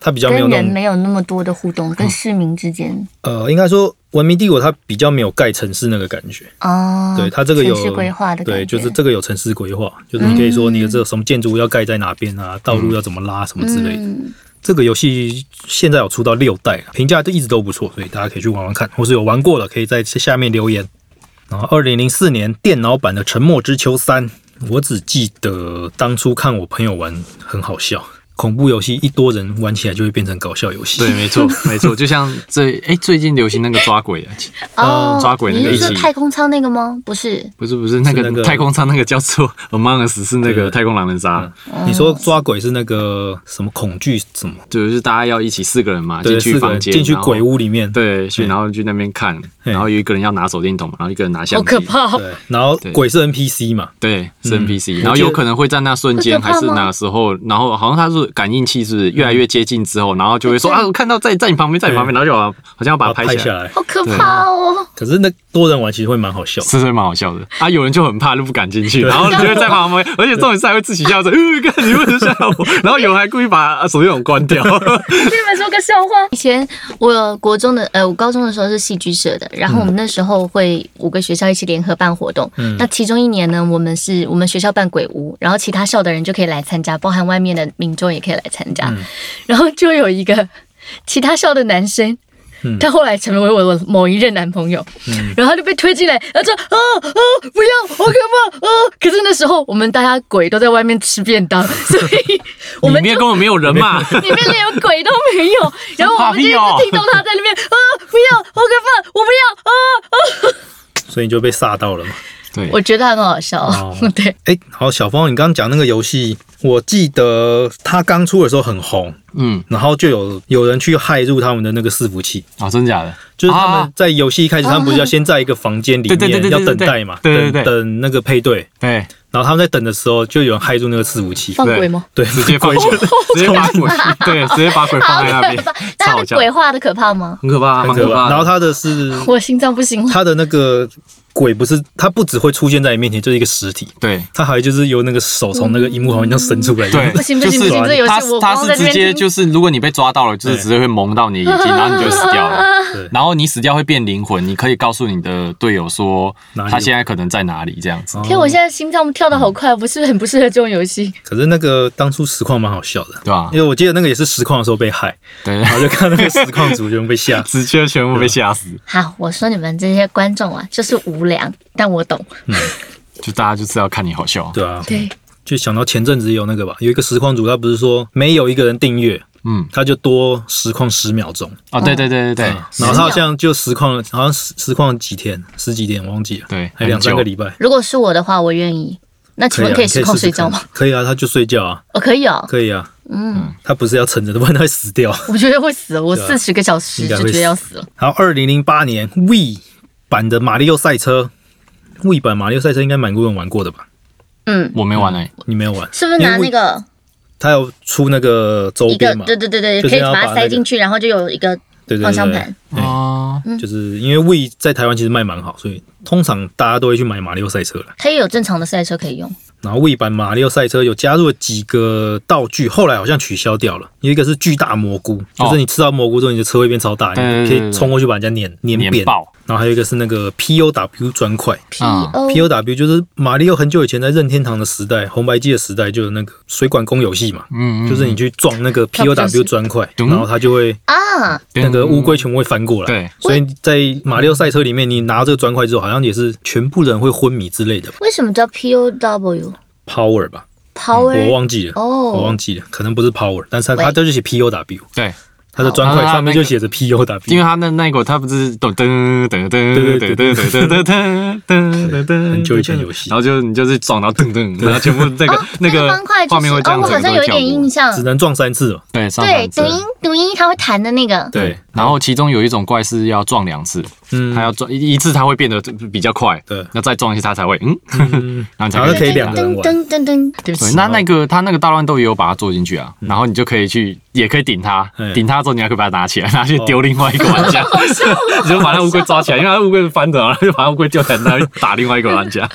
它比较没有嗯
跟
那
人
种
没有那么多的互动，跟市民之间
呃，应该说《文明帝国》它比较没有盖城市那个感觉。
啊，
对它这个有
城市规划的感觉，嗯
对，就是这个有城市规划，就是你可以说你的这个什么建筑物要盖在哪边啊，道路要怎么拉什么之类的。
嗯
这个游戏现在有出到六代了，评价就一直都不错，所以大家可以去玩玩看，或是有玩过的可以在下面留言。然后，二零零四年电脑版的《沉默之丘三》，我只记得当初看我朋友玩很好笑，恐怖游戏一多人玩起来就会变成搞笑游戏。
对，，没 错，没错，就像最哎最近流行那个抓鬼啊的，
哦，
呃抓鬼那
你
个
是
一
说
起
太空舱那个吗？不是，
不是不是那
是那
个
个
太空舱那个叫做 Among Us 是那个
对嗯
太空狼人杀，
你说
啊
抓鬼是那个什么恐惧什么？
就是大家要一起四个人嘛啊进
对，
去
四个
房
人
间，
进去
然后
鬼。屋里面，
对，去
嗯
然后去那边看，
嗯
然后有一个人要拿手电筒嘛，然后一个人拿相
好
机
可，怕哦，
对，然后
对
鬼是 NPC 嘛，
对，是
嗯
NPC，
我
然后
记得
有可能会在那瞬间
会可
还
怕
是
吗
哪时候，然后好像他是感应器是不是越来越接近之后，然后 就会说
对
啊，我看到在在你旁边，在你旁边，然后就好像好像要把它
把它
拍
下
下来，
来。
好可怕哦！
可是那多人玩其实会蛮好笑的。
是是蛮好笑的啊！有人就很怕，就不敢进去，
对
然后你就会在旁 边，而且重点是还会自己笑着，呃，看你为什么吓我？ 然后有人还故意把啊手电筒关掉，
你们说个笑话。以前我国中的呃，我高中的时候是戏剧社的，然后我们那时候会五个学校一起联合办活动。那其中一年呢，我们是我们学校办鬼屋，然后其他校的人就可以来参加，包含外面的民众也可以来参加。然后就有一个其他校的男生。他后来成为我的某一任男朋友，然后他就被推进来，他说：“啊啊，不要，好可怕啊！”可是那时候我们大家鬼都在外面吃便当，所 以我们
里
就
面根本没有人 嘛。
里面连鬼都没有，然后我们就一直听到他在里面啊，不要，好可怕，我不要啊！
所以你就被吓到了 嘛。
对，
我觉得很好笑，
哦
对，
哎、好，小峰，你刚刚讲那个游戏，我记得它刚出的时候很红，
嗯，
然后就有有人去骇入他们的那个伺服器，
啊，真假的，
就是他
啊
们在游戏一开始，他们不是要先在一个房间里
对对对对
面
对
要
对
等待嘛，
对对
等
对
等那个配对，
对，
然后他们在等的时候，就有人骇入那个伺服器，
放鬼吗？
对，
直 接放鬼，直接把鬼，对，直接把鬼
好
放在
可
那边
怕！，但他的鬼画的可怕吗？
很可怕，
很
很
可
可
怕。
怕。
然后他的是
我心脏不行了，
他的那个鬼不是，他不只会出现在你面前，就是一个实体，
对
他还就是由那个手从那个荧幕旁边这样伸出来，
对，
不行不行
就是
不行这游戏
他
我
他
光在
是
这
直
边
接
听
就是，如果你被抓到了，就是
对
直接会蒙到你的眼睛，然后你就死
啊
掉了。
对
然后你死掉会变灵魂，你可以告诉你的队友说
哪里有哦
他现在可能在哪里这样子。
天，我现在心脏跳的好快，不是很不适合这种游戏。
可是那个当初实况蛮好笑的，
对吧
因为我记得那个也是实况的时候被害，
对，。
然后就看那个实况组就被吓
直接全部被吓死，
好，我说你们这些观众啊，就是无良，但我懂，
就大家就是要看你好笑。
对啊，
对，
就想到前阵子有那个吧，有一个实况组，他不是说没有一个人订阅，
嗯，
他就多实况十秒钟，
哦，对对对对对
然后他好像就实况了，好像实实况了几天，十几天我忘记了，
对
还两
很久
三个礼拜。
如果是我的话，我愿意。那请问
啊，
可以
你
实况
试试
睡觉吗
看？？可以啊，他就睡觉啊，
哦，可以哦，
可以啊。嗯，他不是要撑着的，不然他会死掉。
我觉得会死，我
对啊
四十个小时
应该
就
会
觉得
死
要死了。
然后二零零八年 We 版的《马里奥赛车》，We 版《马里奥赛车》应该蛮多人玩过的吧？
嗯，
我没玩哎，
你没有玩？
是不是拿那个
他要出那个周
一个
边嘛？
对对对对，
就是
可以
要
把
把
它塞
那个
进去，然后就有一个
对对对
方向
对
盘。
嗯对
哦，
就是因为 We 在台湾其实卖蛮好，所以通常大家都会去买马里奥赛车了。
它也有正常的赛车可以用。
然后 We 版马里奥赛车有加入了几个道具，后来好像取消掉了。有一个是巨大蘑菇，就是你吃到蘑菇之后，你的车会变超大，
哦对对
你
对
可
对
以冲过去把人家碾碾扁
年。爆，
然后还有一个是那个 POW 砖块。
P
啊
O
P O W 就是马里奥很久以前在任天堂的时代，红白机的时代，就有那个水管工游戏嘛，
嗯
就是你去撞那个 P O
它不就
W
是
砖块，
咚
然后它就会
啊，
那个乌龟全部会翻过来。
对，
所以在马里奥赛车里面，你拿这个砖块之后，好像也是全部人会昏迷之类的吧
为什么叫 P O W
，Power 吧，嗯我
Power？
忘记了，我
哦
忘，记了，可能不是 Power，但是它
喂
它就是写 P O W，
对，
它的砖块
好啊
上面
它那个
就写着 P O
因
W，
为他那那一股，他不是噔噔噔噔噔噔噔噔噔噔噔噔，
很久以前游戏
然，后就你就是撞到噔噔，然后全部那个 那
哦啊那个
个
方块就
画
是
面会这
哦，
样
我
子，
好像有一点印象
只，能撞三次嘛，
对，上
对，
上
抖音抖音它会弹的那个，
对，然后其中有一种怪是要撞两次，
嗯
它，要撞一一次，它会变得比较快，
对
那再撞一次它才会嗯，
嗯，
然后你才
好
可
像
以
可以两个人
噔
玩
噔噔噔，对不
对，
起，
那那个他那个大乱斗也有把它做进去啊，然后你就可以去，也可以顶他
嗯，
顶他之后你还可以把它拿起来，拿去丢另外一个玩家，你就把那乌龟抓起来，因为它乌龟是翻的啊，然后就把那乌龟丢起来，然后打另外一个玩家，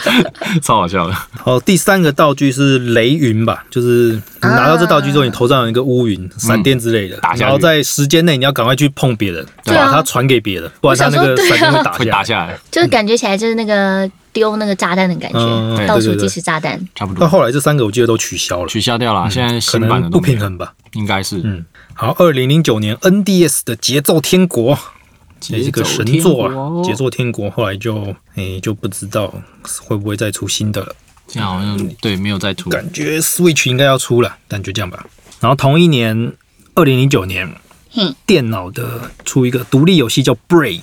超好笑的。
好，第三个道具是雷云吧，就是你拿到这道具
啊
之后，你头上有一个乌云、闪电之类的，
嗯打下去
然后在时间内你要赶快去碰别人，
对啊
把它传给别人，不然它那
我
个
想说
闪电会
对啊
打
会
下
打
来。
下来，
就是感觉起来就是那个丢那个炸弹的感
嗯
觉，
对
到处
对对对
即是炸弹。
差不
到
多
后来这三个我记得都取消了，
取消掉了。现在
哦可
新版的
能
都
不
没有
平衡吧。
应该是
嗯好，二零零九年 NDS 的《节奏天国》也是个神作啊，《节奏天国》后来就诶、就不知道会不会再出新的了。
现在好像对没有再出，
感觉 Switch 应该要出了，但就这样吧。然后同一年，二零零九年
嘿，
电脑的出一个独立游戏叫 Braid。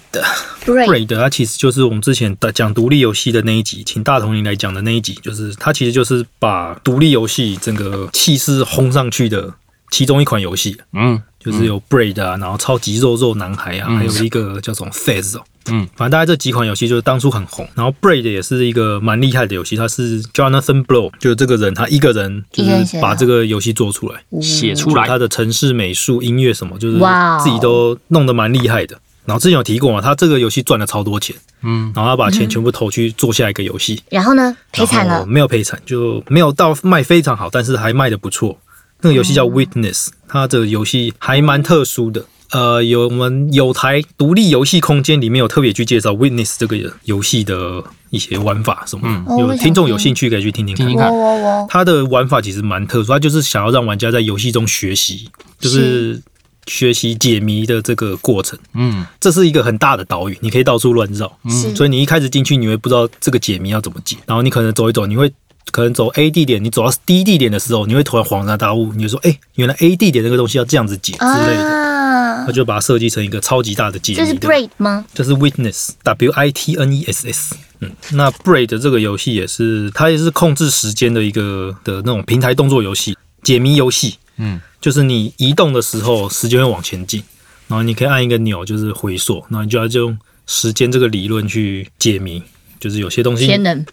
Braid，
Braid 它其实就是我们之前的讲独立游戏的那一集，请大同林来讲的那一集，就是它其实就是把独立游戏整个气势轰上去的其中一款游戏，
嗯，
就是有 Braid 啊，然后超级肉肉男孩啊，还有一个叫什么 Fez 哦。
嗯，
反正大概这几款游戏就是当初很红，然后 Braid 也是一个蛮厉害的游戏，它是 Jonathan Blow，就是这个人他一个人就
一个人写
是
的
把这个游戏做出来，
写出
就
来
他的城市美术、音乐什么，就是
哇哦
自己都弄得蛮厉害的。然后之前有提过嘛，他这个游戏赚了超多钱，
嗯，
然后他把钱全部投去做下一个游戏，
然后呢，赔惨
然后
了，
没有赔惨，就没有到卖非常好，但是还卖的不错。那个游戏叫 Witness，它的游戏还蛮特殊的。呃，有我们有台独立游戏空间里面有特别去介绍 Witness 这个游戏的一些玩法什么的，
嗯
有听众有兴趣可以去听听看
听。听
我
看，
我我，
它的玩法其实蛮特殊，它就是想要让玩家在游戏中学习，就是学习解谜的这个过程。
嗯，
这是一个很大的岛屿，你可以到处乱绕，
是
所以你一开始进去你会不知道这个解谜要怎么解，然后你可能走一走，你会可能走 A 地点，你走到 D 地点的时候，你会突然恍然大悟，你就说，哎、原来 A 地点那个东西要这样子解之类的。
啊
他，就把它设计成一个超级大的解
这是
谜的
Braid 吗？
就是 Witness W I T N E S S。嗯，那 Braid 这个游戏也是，它也是控制时间的一个的那种平台动作游戏，解谜游戏。
嗯，
就是你移动的时候，时间会往前进，然后你可以按一个钮，就是回溯，然后你就要用时间这个理论去解谜。就是有些东西，
天能，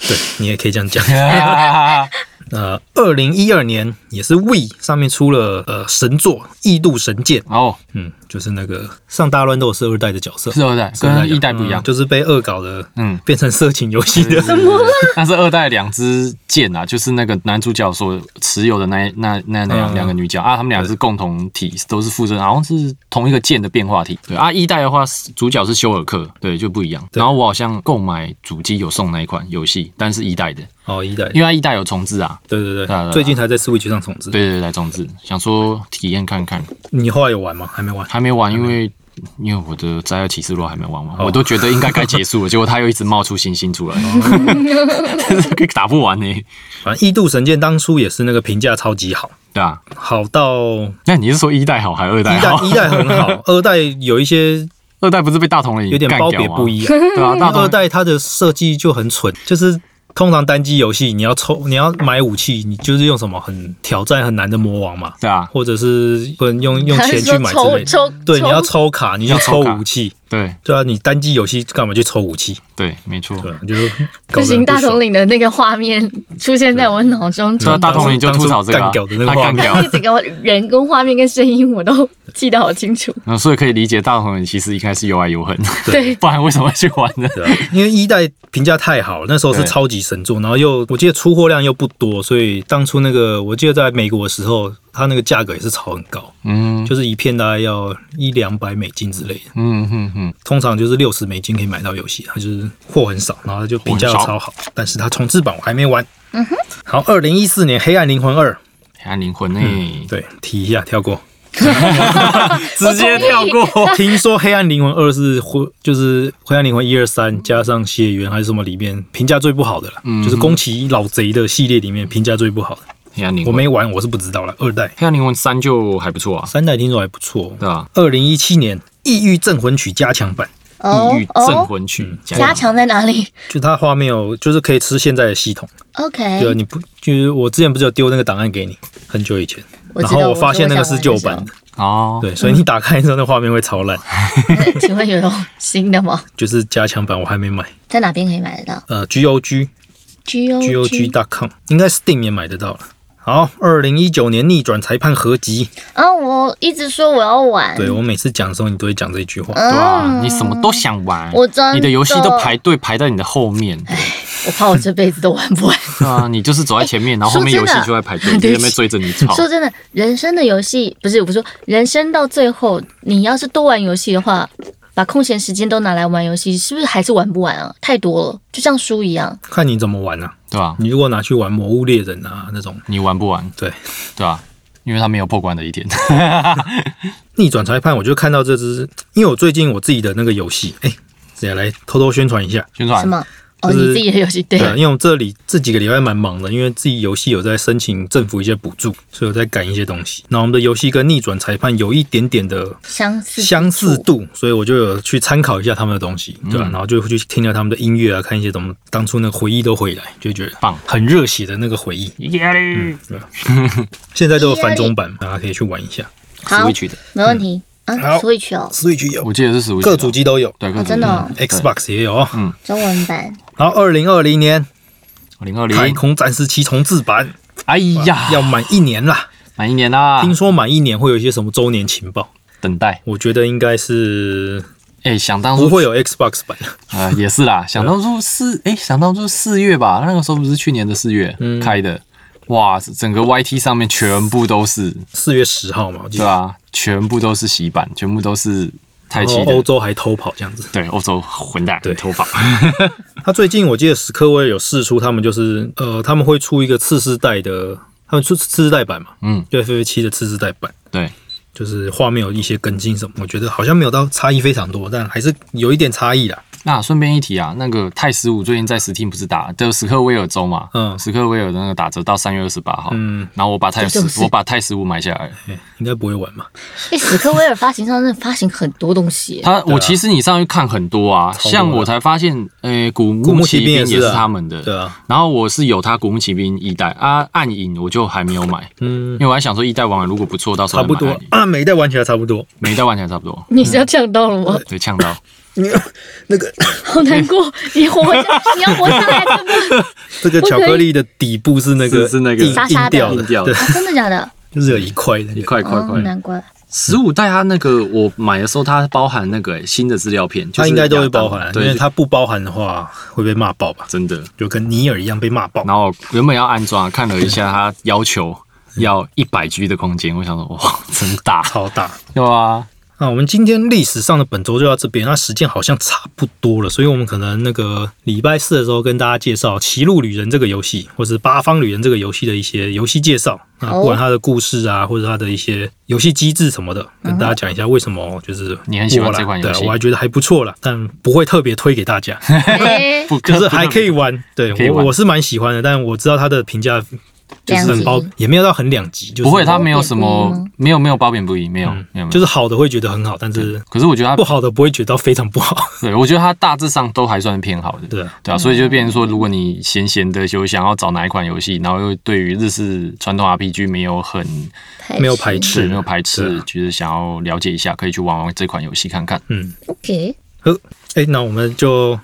对你也可以这样讲。
嗯
呃，二零一二年也是 We 上面出了呃神作《异度神剑》，
哦，
嗯，就是那个上大乱斗是二代的角色，
是二代跟一代不一样
嗯，就是被恶搞的，
嗯
嗯，变成色情游戏的。
但是二代两支剑啊，就是那个男主角所持有的那那那那两
嗯
两个女角啊，他们俩是共同体，都是附身，好像是同一个剑的变化体。对啊，一代的话是主角是修尔克，对，就不一样。
对
然后我好像购买主机有送那一款游戏，但是一代的，
哦，一代，
因为它一代有重置啊。
对对
对啊对啊
对，最近才在 Switch 上重置。
对对对，重置，想说体验看看，
你后来有玩吗？还没玩。
还没玩，因为因为我的《灾厄启示录》还没玩完，
嗯哦
我都觉得应该该结束了，结果它又一直冒出星 星出来， 打不完呢。
反正《异度神剑》当初也是那个评价超级好，
对啊，
好到
那你是说一代好还是二代
一
好
代？ 一代很好，二代有一些
二代不是被大同人
有点
干
褒
掉
贬
吗
不，一啊。
对啊，大
二
同
代它的设计就很蠢，就是。通常单机游戏，你要抽，你要买武器，你就是用什么很挑战很难的魔王嘛，
对啊，
或者是不能用用
还
钱
是
去
说
买之
抽
类的。
抽
对，
抽
你要抽卡，你就
要抽
抽
卡
武器，
对
对啊，你单机游戏干嘛去抽武器？
对，没错。
对啊， 就是搞
不
得很
行，大
爽
统领的那个画面出现在我脑中，
对啊，大同人就吐槽这个
当初干
啊
掉的那，个
他干掉
那， 整个人跟画面跟声音我都记得好清楚。
嗯，所以可以理解大同人其实应该是有爱有恨，
对，
不然为什么会去玩呢？
对啊，因为一代评价太好了，那时候是
对
超级神作，然后又我记得出货量又不多，所以当初那个我记得在美国的时候，它那个价格也是炒很高，
嗯
就是一片大概要一两百美金之类的，
嗯嗯嗯，
通常就是六十美金可以买到游戏，它就是货很少，然后它就评价又
货很少
超好。但是它重置版我还没玩。
嗯
好，二零一四年《黑暗灵魂二》，
黑暗灵魂呢？
嗯对，提一下跳过。
直接跳过。
哦听说《黑暗灵魂二》是灰，就是《黑暗灵魂》一二三加上血缘还是什么里面评价最不好的了，就是宫崎老贼的系列里面评价最不好的。
黑暗灵
我
魂，
没玩，我是不知道了。二代、
黑暗灵魂三就还不错啊，
三代听说还不错。哦
对吧？
二零一七年《异域镇魂曲》加强版，
哦
抑郁镇
哦，
魂曲，讲
加强在哪里
就它画面有，就是可以吃现在的系统。对啊，
？OK，
你不就是我之前不是有丢那个档案给你，很久以前，
我
然
知道
后
我
发现那个是旧
想
版
玩
的，
哦，
对，所以你打开之后那画面会超烂，
请问有新的吗？
就是加强版我还没买，
在哪边可以买得到
呃，G O G
？G O
G O G dot com 应该 Steam 也买得到了。好，二零一九年逆转裁判合集，
啊，我一直说我要玩，嗯
对我每次讲的时候，你都会讲这句话。
对吧？你什么都想玩，
我真的
你的游戏都排队排在你的后面，
我怕我这辈子都玩不完。
对啊，你就是走在前面，然后后面
哎说
游
真的
戏就在排队，
对不起
你在那边追着你跑。
说真的，人生的游戏不是我说，人生到最后，你要是多玩游戏的话，把空闲时间都拿来玩游戏，是不是还是玩不完啊？太多了，就像书一样。
看你怎么玩啊。
对吧？
你如果拿去玩《魔物猎人》啊那种，
你玩不玩？
对，
对吧？因为他没有破关的一天。
逆转裁判，我就看到这只，因为我最近我自己的那个游戏，哎、直接来偷偷宣传一下。
宣
什
传
么？哦，
就
你
是
自己的游戏对
对，啊，因为我们这里这几个礼拜蛮忙的，因为自己游戏有在申请政府一些补助，所以我在赶一些东西。那我们的游戏跟逆转裁判有一点点的
相似
相似度，所以我就有去参考一下他们的东
嗯
西，对吧、然后就会去听了他们的音乐啊，看一些怎么当初那个回忆都回来，就觉得
棒
很热血的那个回忆。嗯
压力
现在都有繁中版，大家可以去玩一下。
好，
，Switch 的，
没问题啊
好
，Switch 哦，
Switch 有
我，记得是 Switch 的
各主机都有
对，各
哦
主机
真的哦
，Xbox 也有。
嗯
中文版
然后二零二零年
零二
《太
零，
空战士七重置版》
哎呀，
要满一年啦，
满一年啦，
听说满一年会有一些什么周年情报。
等待。
我觉得应该是
哎，想当
不
初
会有 Xbox 版，
啊，也是啦，想当初四，哎，想当初四月吧，那个时候不是去年的四月
嗯
开的，哇，整个 YT 上面全部都是，
四月十号嘛，我记
对啊
得。
吧？全部都是洗版，全部都是太
然
奇
后
的
欧，洲还偷跑这样子。
对，欧洲混蛋，
哦对
头发，
他最近我记得史克威尔有试出，他们就是呃，他们会出一个次世代的，他们出次世代版嘛，
嗯，
对 FF 七的次世代版，
对，
就是画面有一些更新什么，我觉得好像没有到差异非常多，但还是有一点差异啦。
那顺便一提啊，那个泰十五最近在 Steam 不是打的史克威尔州嘛？
嗯
史克威尔的那个打折到三月二十八号。
嗯，
然后我把泰
这就是
十，我把泰十五买下来。
哎应该不会玩嘛。
哎，史克威尔发行商真的发行很多东西耶，
他我其实你上去看很多啊，
啊多
像我才发现，呃，古
古
墓
墓
奇
奇
兵
兵
也
也是啊
是他们的。
对啊，
然后我是有他古墓奇兵一代啊，暗影我就还没 有买，
嗯
因，为我还想说一代玩完如果不错，到时候
差
再
不
买暗
多
影
啊，每一代玩起来差不多。
每一代玩起来差不多。
你是要呛到了
嗯
吗？
对，呛到，
你那个
好难 过，你活下，你要活下来，真的哦
这个巧克力的底部是那个
是是那个
硬
沙
硬
沙的
掉
硬掉的
对，
啊真的假的？
就是有一块那
一
个。
块一块
哦，
块。
难怪。
十五代它那个我买的时候，它包含那个欸新的资料片，就
它
是
应该都会
亚当
包含，因
对，
为它不包含的话会被骂爆吧，
真的。
就跟尼尔一样被骂爆。
然后原本要安装，看了一下，它要求要一百 G 的空间，我想说哇， 真大，
超大。
对啊，
那我们今天历史上的本周就到这边，那时间好像差不多了，所以我们可能那个礼拜四的时候跟大家介绍《歧路旅人》这个游戏，或是《八方旅人》这个游戏的一些游戏介绍啊，
哦
不管它的故事啊，或者它的一些游戏机制什么的，跟
嗯
大家讲一下为什么就是
你很喜欢
我啦
这款游戏
对我还觉得还不错啦，但不会特别推给大 家，
哎
不
就是还可以玩，对
可以
我
玩
我是蛮喜欢的，但我知道它的评价 就是很包
两极，
也没有到很两极，就是嗯
不会，它没有什
褒贬不一
么
吗，
没有没有褒贬不一，没有没有，没有嗯
就是好的会觉得很好，但是
可是我觉得
不
它，
好的不会觉得到非常不好，
对我觉得它大致上都还算偏好的，
对啊。
对啊，所以就变成说，如果你闲闲的有想要找哪一款游戏，然后又对于日式传统 RPG 没有很
没有排斥
是没有排
对
斥，
啊
就是想要了解一下，可以去玩玩这款游戏看看。
OK，
呵，哎、那我们就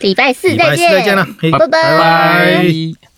礼拜四
礼拜
再
四
见，
再见了，嘿
拜拜
拜
拜。